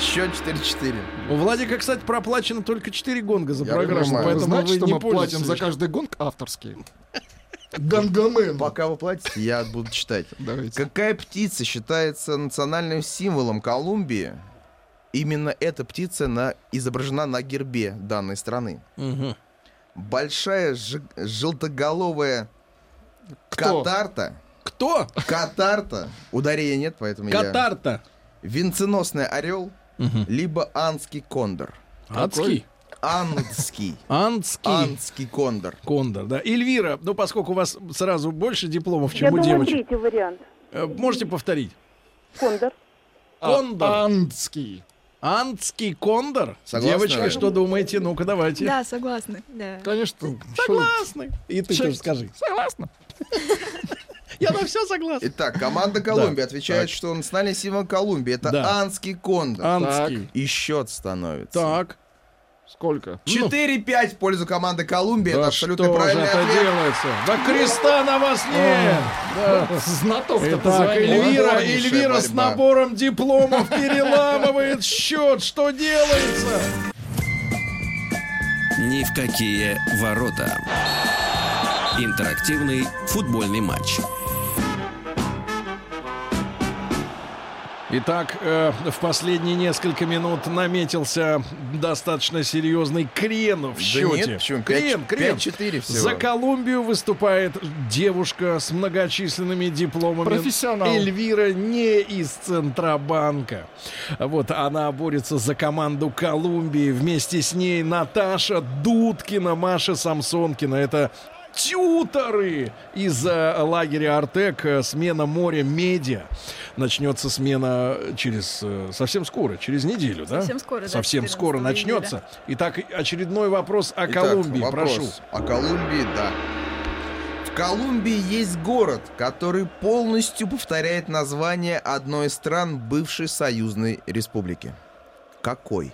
[SPEAKER 3] Счет 4-4.
[SPEAKER 2] У Владика, кстати, проплачено только 4 гонга за
[SPEAKER 3] Я
[SPEAKER 2] программу,
[SPEAKER 3] понимаю.
[SPEAKER 2] поэтому
[SPEAKER 4] Вы знаете,
[SPEAKER 2] вы
[SPEAKER 4] что
[SPEAKER 2] не
[SPEAKER 4] мы платим за
[SPEAKER 2] пользуетесь.
[SPEAKER 4] каждый гонг авторский? Гангомен.
[SPEAKER 3] Пока вы платите, я буду читать.
[SPEAKER 4] Давайте.
[SPEAKER 3] Какая птица считается национальным символом Колумбии? Именно эта птица на- изображена на гербе данной страны.
[SPEAKER 2] Мгм.
[SPEAKER 3] Большая жи- желтоголовая
[SPEAKER 4] Кто?
[SPEAKER 3] катарта.
[SPEAKER 2] Кто?
[SPEAKER 3] Катарта. Ударения нет, поэтому я...
[SPEAKER 2] Катарта.
[SPEAKER 3] Венценосный орел, либо анский кондор.
[SPEAKER 2] Адский.
[SPEAKER 3] Андский.
[SPEAKER 2] Андский.
[SPEAKER 3] Андский кондор.
[SPEAKER 2] Кондор, да. Эльвира, ну поскольку у вас сразу больше дипломов, чем
[SPEAKER 8] Я
[SPEAKER 2] у
[SPEAKER 8] думаю,
[SPEAKER 2] девочек,
[SPEAKER 8] третий вариант.
[SPEAKER 2] э, можете повторить?
[SPEAKER 8] Кондор.
[SPEAKER 4] А-
[SPEAKER 2] Кондор.
[SPEAKER 4] Андский.
[SPEAKER 2] Андский кондор?
[SPEAKER 3] Согласна,
[SPEAKER 2] Девочки,
[SPEAKER 3] да?
[SPEAKER 2] что думаете? Ну-ка, давайте.
[SPEAKER 5] Да, согласны. Да.
[SPEAKER 4] Конечно. шо-
[SPEAKER 2] Согласны. И ты
[SPEAKER 4] Шо-
[SPEAKER 2] тоже скажи.
[SPEAKER 4] Согласна.
[SPEAKER 2] <laughs> Я на все согласен.
[SPEAKER 3] Итак, команда Колумбия отвечает, что национальный символ Колумбии это
[SPEAKER 2] Да.
[SPEAKER 3] Андский кондор.
[SPEAKER 2] Андский.
[SPEAKER 3] И счет становится.
[SPEAKER 2] Так. Ну.
[SPEAKER 4] Сколько?
[SPEAKER 3] 4-5 в пользу команды Колумбия. это
[SPEAKER 2] Да
[SPEAKER 3] абсолютно
[SPEAKER 2] что же
[SPEAKER 3] правильный
[SPEAKER 2] это
[SPEAKER 3] ответ.
[SPEAKER 2] делается? Да креста на вас нет! Да.
[SPEAKER 4] Знаток
[SPEAKER 2] Итак, Эльвира,
[SPEAKER 3] Упорнейшая
[SPEAKER 2] Эльвира с
[SPEAKER 3] борьба.
[SPEAKER 2] набором дипломов переламывает счет. Что делается?
[SPEAKER 1] Ни в какие ворота. Интерактивный футбольный матч.
[SPEAKER 2] Итак, э, в последние несколько минут наметился достаточно серьезный крен в счете.
[SPEAKER 3] нет, почему?
[SPEAKER 2] крен,
[SPEAKER 3] Пять-
[SPEAKER 2] крен.
[SPEAKER 3] 5-4 всего.
[SPEAKER 2] За Колумбию выступает девушка с многочисленными дипломами.
[SPEAKER 4] Профессионал.
[SPEAKER 2] Эльвира не из Центробанка. Вот она борется за команду Колумбии. Вместе с ней Наташа Дудкина, Маша Самсонкина. Это тюторы из э, лагеря Артек. Э, Смена моря медиа. Начнется смена через э, совсем скоро, через неделю, да?
[SPEAKER 5] Совсем скоро, да,
[SPEAKER 2] Совсем
[SPEAKER 5] 14
[SPEAKER 2] скоро
[SPEAKER 5] июля.
[SPEAKER 2] начнется. Итак, очередной вопрос о
[SPEAKER 3] Итак,
[SPEAKER 2] Колумбии.
[SPEAKER 3] вопрос
[SPEAKER 2] Прошу.
[SPEAKER 3] О Колумбии, да. В Колумбии есть город, который полностью повторяет название одной из стран бывшей союзной республики. Какой?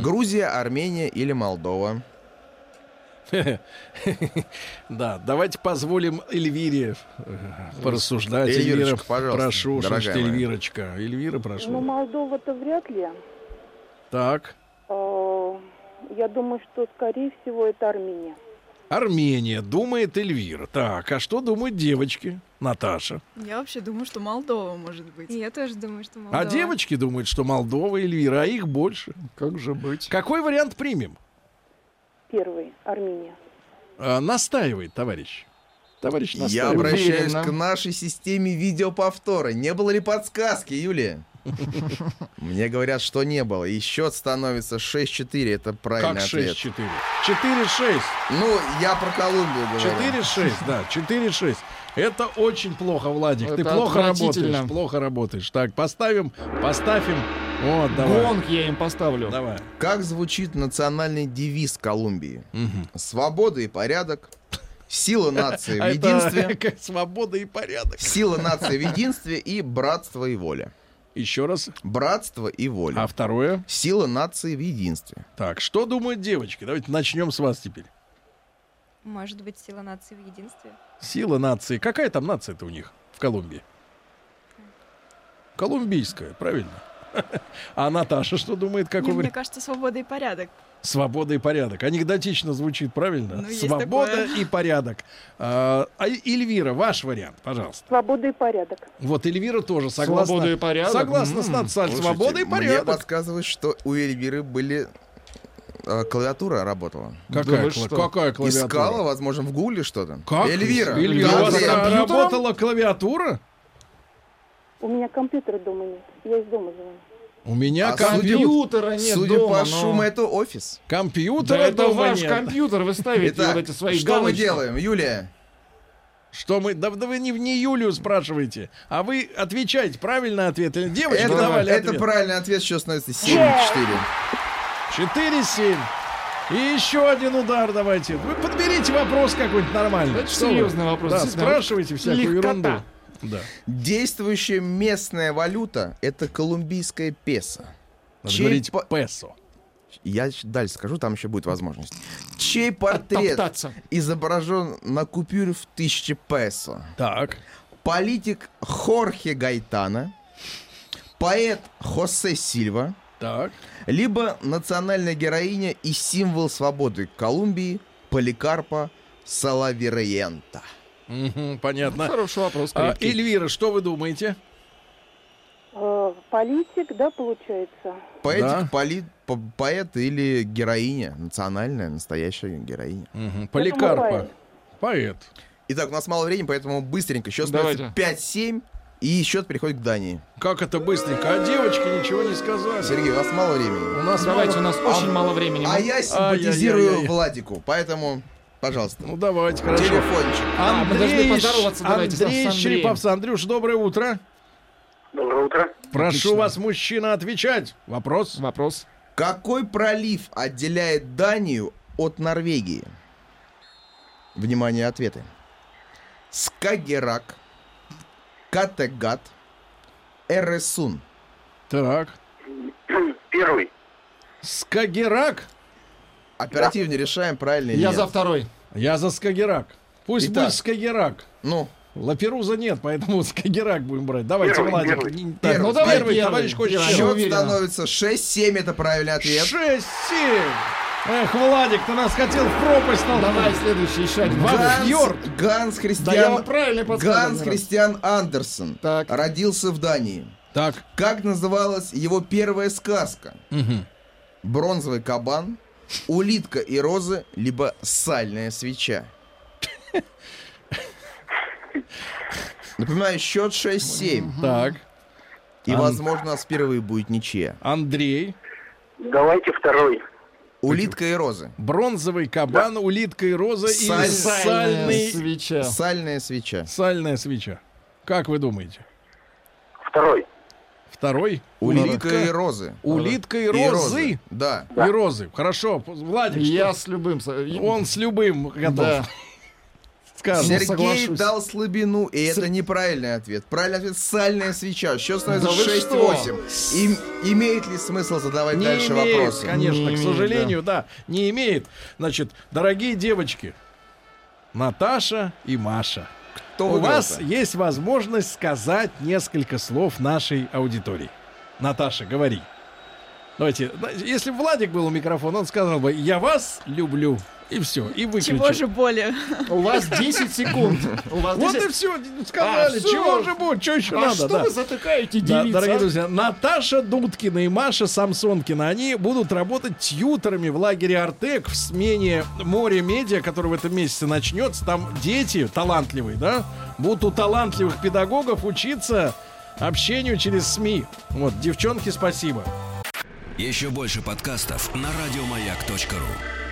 [SPEAKER 3] Грузия, Армения или Молдова?
[SPEAKER 2] <laughs> Да, давайте позволим Эльвире э, порассуждать.
[SPEAKER 3] Эльвирочка,
[SPEAKER 2] Эльвира,
[SPEAKER 3] пожалуйста,
[SPEAKER 2] прошу, что
[SPEAKER 3] дорогая
[SPEAKER 2] значит
[SPEAKER 3] моя.
[SPEAKER 2] Эльвирочка. Эльвира,
[SPEAKER 8] Ну,
[SPEAKER 2] прошу.
[SPEAKER 8] Молдова-то вряд ли.
[SPEAKER 2] Так,
[SPEAKER 8] Э, Я думаю, что, скорее всего, это Армения.
[SPEAKER 2] Армения, думает Эльвира. Так, а что думают девочки? Наташа.
[SPEAKER 5] Я вообще думаю, что Молдова может быть.
[SPEAKER 6] И я тоже думаю,
[SPEAKER 2] А
[SPEAKER 6] что Молдова.
[SPEAKER 2] девочки думают, что Молдова, Эльвира, а их больше.
[SPEAKER 4] Как же быть?
[SPEAKER 2] Какой вариант примем?
[SPEAKER 8] Первый. Армения.
[SPEAKER 2] А, настаивает, товарищ. Товарищ
[SPEAKER 3] Я
[SPEAKER 2] настаивает.
[SPEAKER 3] обращаюсь
[SPEAKER 4] Уверенно.
[SPEAKER 3] к нашей системе видеоповтора. Не было ли
[SPEAKER 2] <laughs>
[SPEAKER 3] подсказки, Юлия? Мне говорят, что не было. И счет становится 6-4. Это правильный
[SPEAKER 2] Как
[SPEAKER 3] ответ.
[SPEAKER 2] 6-4? 4-6.
[SPEAKER 3] Ну, я про Колумбию говорю.
[SPEAKER 2] 4-6, да, 4-6. Это очень плохо, Владик. Ты
[SPEAKER 4] Это
[SPEAKER 2] плохо
[SPEAKER 4] отвратительно.
[SPEAKER 2] работаешь, плохо работаешь. Так, поставим, поставим. Вот, давай.
[SPEAKER 4] Гонг я им поставлю.
[SPEAKER 2] Давай.
[SPEAKER 3] Как звучит национальный девиз Колумбии? Свобода и порядок, сила нации в
[SPEAKER 2] А
[SPEAKER 3] единстве,
[SPEAKER 2] <laughs> Это как свобода и порядок.
[SPEAKER 3] сила нации в единстве и братство и воля.
[SPEAKER 2] Еще раз.
[SPEAKER 3] Братство и воля.
[SPEAKER 2] А второе?
[SPEAKER 3] Сила нации в единстве.
[SPEAKER 2] Так, что думают девочки? Давайте начнем с вас теперь.
[SPEAKER 6] Может быть, сила нации в единстве.
[SPEAKER 2] Сила нации. Какая там нация-то у них в Колумбии? Колумбийская, правильно. <laughs> А Наташа что думает, как
[SPEAKER 5] Не,
[SPEAKER 2] у
[SPEAKER 5] мне кажется, свобода и порядок.
[SPEAKER 2] Свобода и порядок. Анекдотично звучит, правильно?
[SPEAKER 5] Ну, есть
[SPEAKER 2] Свобода
[SPEAKER 5] такое.
[SPEAKER 2] и порядок. А, а, Эльвира, ваш вариант, пожалуйста.
[SPEAKER 8] Свобода и порядок.
[SPEAKER 2] Вот Эльвира тоже согласна.
[SPEAKER 4] Свобода и порядок?
[SPEAKER 2] Согласна с
[SPEAKER 4] М,
[SPEAKER 2] Натсаль.
[SPEAKER 3] Слушайте,
[SPEAKER 2] Свобода и порядок.
[SPEAKER 3] Мне подсказывает, что у Эльвиры были э, клавиатура работала.
[SPEAKER 2] Какая,
[SPEAKER 4] Думаешь,
[SPEAKER 2] кла-
[SPEAKER 4] что?
[SPEAKER 2] какая клавиатура?
[SPEAKER 3] Искала, возможно, в гугле что-то.
[SPEAKER 2] Как?
[SPEAKER 3] Эльвира.
[SPEAKER 2] Эльвира,
[SPEAKER 3] там
[SPEAKER 2] у вас
[SPEAKER 3] где-
[SPEAKER 4] компьютером?
[SPEAKER 2] работала клавиатура?
[SPEAKER 8] У меня компьютера дома нет. Я из дома звоню.
[SPEAKER 2] У меня
[SPEAKER 3] А
[SPEAKER 2] компью-
[SPEAKER 4] Компьютера нет
[SPEAKER 3] Судя
[SPEAKER 4] дома,
[SPEAKER 3] по
[SPEAKER 4] но-
[SPEAKER 3] шуму, это офис.
[SPEAKER 4] Да
[SPEAKER 2] компьютера
[SPEAKER 4] это
[SPEAKER 2] дома
[SPEAKER 4] ваш
[SPEAKER 2] нет.
[SPEAKER 4] компьютер, вы ставите
[SPEAKER 3] Итак,
[SPEAKER 4] вот эти свои
[SPEAKER 3] что мы
[SPEAKER 4] галочки.
[SPEAKER 3] делаем, Юлия?
[SPEAKER 2] Что мы... Да, да вы не в не Юлию спрашиваете, а вы отвечаете. Правильный ответ. Или Девочки
[SPEAKER 3] Это,
[SPEAKER 2] давали
[SPEAKER 3] это
[SPEAKER 2] ответ.
[SPEAKER 3] правильный ответ, что становится 7-4.
[SPEAKER 2] 4-7. И еще один удар давайте. Вы подберите вопрос какой-нибудь нормальный.
[SPEAKER 4] Это
[SPEAKER 2] Что вы?
[SPEAKER 4] серьезный вопрос,
[SPEAKER 2] Да,
[SPEAKER 4] действительно.
[SPEAKER 2] спрашивайте всякую
[SPEAKER 4] Легкота.
[SPEAKER 2] ерунду. Да.
[SPEAKER 3] Действующая местная валюта — это колумбийская песо.
[SPEAKER 2] Надо
[SPEAKER 3] Чей
[SPEAKER 2] говорить
[SPEAKER 3] по-
[SPEAKER 2] песо.
[SPEAKER 3] Я щ- дальше скажу, там еще будет возможность. Чей портрет
[SPEAKER 4] Топтаться.
[SPEAKER 3] изображен на купюре в 1000 песо?
[SPEAKER 2] Так.
[SPEAKER 3] Политик Хорхе Гайтана, поэт Хосе Сильва,
[SPEAKER 2] Так.
[SPEAKER 3] либо национальная героиня и символ свободы Колумбии Поликарпа Салавериента.
[SPEAKER 2] Мгм, понятно.
[SPEAKER 4] Хороший вопрос.
[SPEAKER 2] А,
[SPEAKER 4] крепкий.
[SPEAKER 2] Эльвира, что вы думаете?
[SPEAKER 8] Э, политик, да, получается?
[SPEAKER 3] Поэтик,
[SPEAKER 2] Да.
[SPEAKER 3] поли- по- поэт или героиня, национальная, настоящая героиня.
[SPEAKER 2] Мгм, Поликарпа.
[SPEAKER 8] поэт.
[SPEAKER 2] Поэт.
[SPEAKER 3] Итак, у нас мало времени, поэтому быстренько. Счет
[SPEAKER 4] Давайте.
[SPEAKER 3] становится 5-7. И счет переходит к Дании.
[SPEAKER 2] Как это быстренько? А девочки ничего не сказали.
[SPEAKER 3] Сергей, у вас мало времени.
[SPEAKER 2] У нас
[SPEAKER 4] Давайте, у нас
[SPEAKER 3] А-
[SPEAKER 4] очень мало времени.
[SPEAKER 3] А
[SPEAKER 4] Мы-
[SPEAKER 3] я симпатизирую
[SPEAKER 2] Ай-яй-яй-яй.
[SPEAKER 3] Владику, поэтому, пожалуйста,
[SPEAKER 2] Ну давайте, хорошо.
[SPEAKER 3] телефончик.
[SPEAKER 4] А, мы должны
[SPEAKER 2] Андрей,
[SPEAKER 4] поздороваться, давайте, с
[SPEAKER 2] Андрей
[SPEAKER 4] Андреем.
[SPEAKER 2] Череповца. Андрюш, доброе утро.
[SPEAKER 9] Доброе утро.
[SPEAKER 2] Прошу
[SPEAKER 4] Отлично.
[SPEAKER 2] вас, мужчина, отвечать. Вопрос.
[SPEAKER 4] Вопрос.
[SPEAKER 3] Какой пролив отделяет Данию от Норвегии? Внимание, ответы. Скагерак, Категат, Эресун.
[SPEAKER 2] Так.
[SPEAKER 9] Первый.
[SPEAKER 2] Скагерак?
[SPEAKER 3] Оперативно решаем, правильно или
[SPEAKER 4] Я
[SPEAKER 3] нет.
[SPEAKER 4] за второй.
[SPEAKER 2] Я за Скагерак. Пусть
[SPEAKER 3] Итак.
[SPEAKER 2] будет Скагерак.
[SPEAKER 3] Ну,
[SPEAKER 2] Лаперуза нет, поэтому <laughs> Скагерак будем брать. Давайте,
[SPEAKER 9] Первый,
[SPEAKER 2] Владик.
[SPEAKER 9] первый.
[SPEAKER 2] Не- так,
[SPEAKER 3] Первый,
[SPEAKER 2] ну давай,
[SPEAKER 3] первый.
[SPEAKER 2] товарищ хочет
[SPEAKER 4] Первый.
[SPEAKER 2] счет.
[SPEAKER 4] Я
[SPEAKER 3] счет
[SPEAKER 4] уверен.
[SPEAKER 3] становится 6-7, это правильный ответ.
[SPEAKER 2] 6-7. Эх, Владик, ты нас хотел в пропасть
[SPEAKER 4] Давай
[SPEAKER 2] Давай.
[SPEAKER 4] следующий, еще один.
[SPEAKER 2] Ганс.
[SPEAKER 4] Вопрос.
[SPEAKER 2] Йорк.
[SPEAKER 3] Ганс
[SPEAKER 4] Да я
[SPEAKER 3] Христиан,
[SPEAKER 4] вам правильно подсказывал.
[SPEAKER 3] Ганс Христиан Андерсон
[SPEAKER 4] Так.
[SPEAKER 3] родился в Дании.
[SPEAKER 2] Так.
[SPEAKER 3] Как называлась его первая сказка? Бронзовый кабан, улитка и розы, либо сальная свеча. Напоминаю, счет 6-7.
[SPEAKER 2] Так.
[SPEAKER 3] И, возможно, у нас впервые будет ничья.
[SPEAKER 2] Андрей.
[SPEAKER 9] Давайте второй.
[SPEAKER 3] Улитка и розы.
[SPEAKER 2] Бронзовый кабан, улитка и роза и
[SPEAKER 3] Саль-
[SPEAKER 2] сальный...
[SPEAKER 4] свеча.
[SPEAKER 3] Сальная свеча.
[SPEAKER 2] сальная свеча. Как вы думаете?
[SPEAKER 9] Второй.
[SPEAKER 2] Второй?
[SPEAKER 3] Улитка и розы.
[SPEAKER 2] Улитка и
[SPEAKER 3] И
[SPEAKER 2] розы.
[SPEAKER 3] Да.
[SPEAKER 2] И розы. Хорошо, Владик, что-
[SPEAKER 4] Я с любым. со-
[SPEAKER 2] он с любым готов.
[SPEAKER 4] Да.
[SPEAKER 2] Скажем.
[SPEAKER 3] Сергей
[SPEAKER 4] соглашусь.
[SPEAKER 3] дал слабину, и это неправильный ответ. Правильный ответ — сальная свеча. Счет становится
[SPEAKER 4] Да вы
[SPEAKER 3] 6-8. Им- имеет ли смысл задавать
[SPEAKER 2] Не
[SPEAKER 3] дальше
[SPEAKER 2] имеет,
[SPEAKER 3] вопросы?
[SPEAKER 2] конечно,
[SPEAKER 4] Не
[SPEAKER 2] к
[SPEAKER 4] имеет,
[SPEAKER 2] сожалению, да. не имеет. Значит, дорогие девочки, Наташа и Маша,
[SPEAKER 3] Кто
[SPEAKER 2] у
[SPEAKER 3] выиграл-то?
[SPEAKER 2] вас есть возможность сказать несколько слов нашей аудитории. Наташа, говори. Давайте, на- если бы Владик был у микрофона, он сказал бы, я вас люблю. И все, и выключил.
[SPEAKER 5] Чего же более?
[SPEAKER 4] У вас 10 секунд. У вас
[SPEAKER 2] Вот
[SPEAKER 4] 10
[SPEAKER 2] и все, сказали,
[SPEAKER 4] А, всё.
[SPEAKER 2] чего же будет, что еще
[SPEAKER 4] А
[SPEAKER 2] надо.
[SPEAKER 4] что
[SPEAKER 2] да.
[SPEAKER 4] вы затыкаете
[SPEAKER 2] Да,
[SPEAKER 4] девица?
[SPEAKER 2] дорогие
[SPEAKER 4] а?
[SPEAKER 2] друзья, Наташа Дудкина и Маша Самсонкина, они будут работать тьютерами в лагере Артек в смене Море Медиа, который в этом месяце начнется. Там дети талантливые, да, будут у талантливых педагогов учиться общению через СМИ. Вот, девчонки, спасибо.
[SPEAKER 1] Еще больше подкастов на радиомаяк.ру.